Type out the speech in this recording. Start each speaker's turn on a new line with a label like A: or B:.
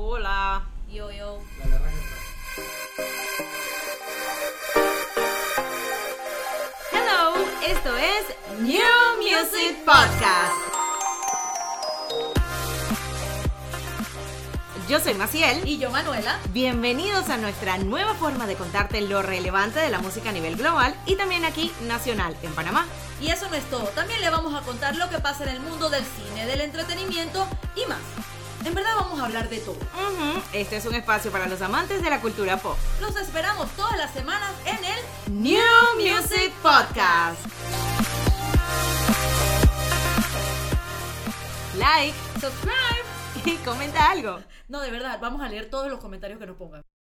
A: Hola.
B: Yo, yo.
C: La de raja es raja.
A: Hello, esto es New Music Podcast. Yo soy Maciel.
B: Y yo, Manuela.
A: Bienvenidos a nuestra nueva forma de contarte lo relevante de la música a nivel global y también aquí nacional en Panamá.
B: Y eso no es todo. También le vamos a contar lo que pasa en el mundo del cine, del entretenimiento y más. En verdad vamos a hablar de todo.
A: Ujú, Este es un espacio para los amantes de la cultura pop.
B: Los esperamos todas las semanas en el
A: New Music Podcast. Like
B: subscribe.
A: y comenta algo.
B: No, de verdad, vamos a leer todos los comentarios que nos pongan.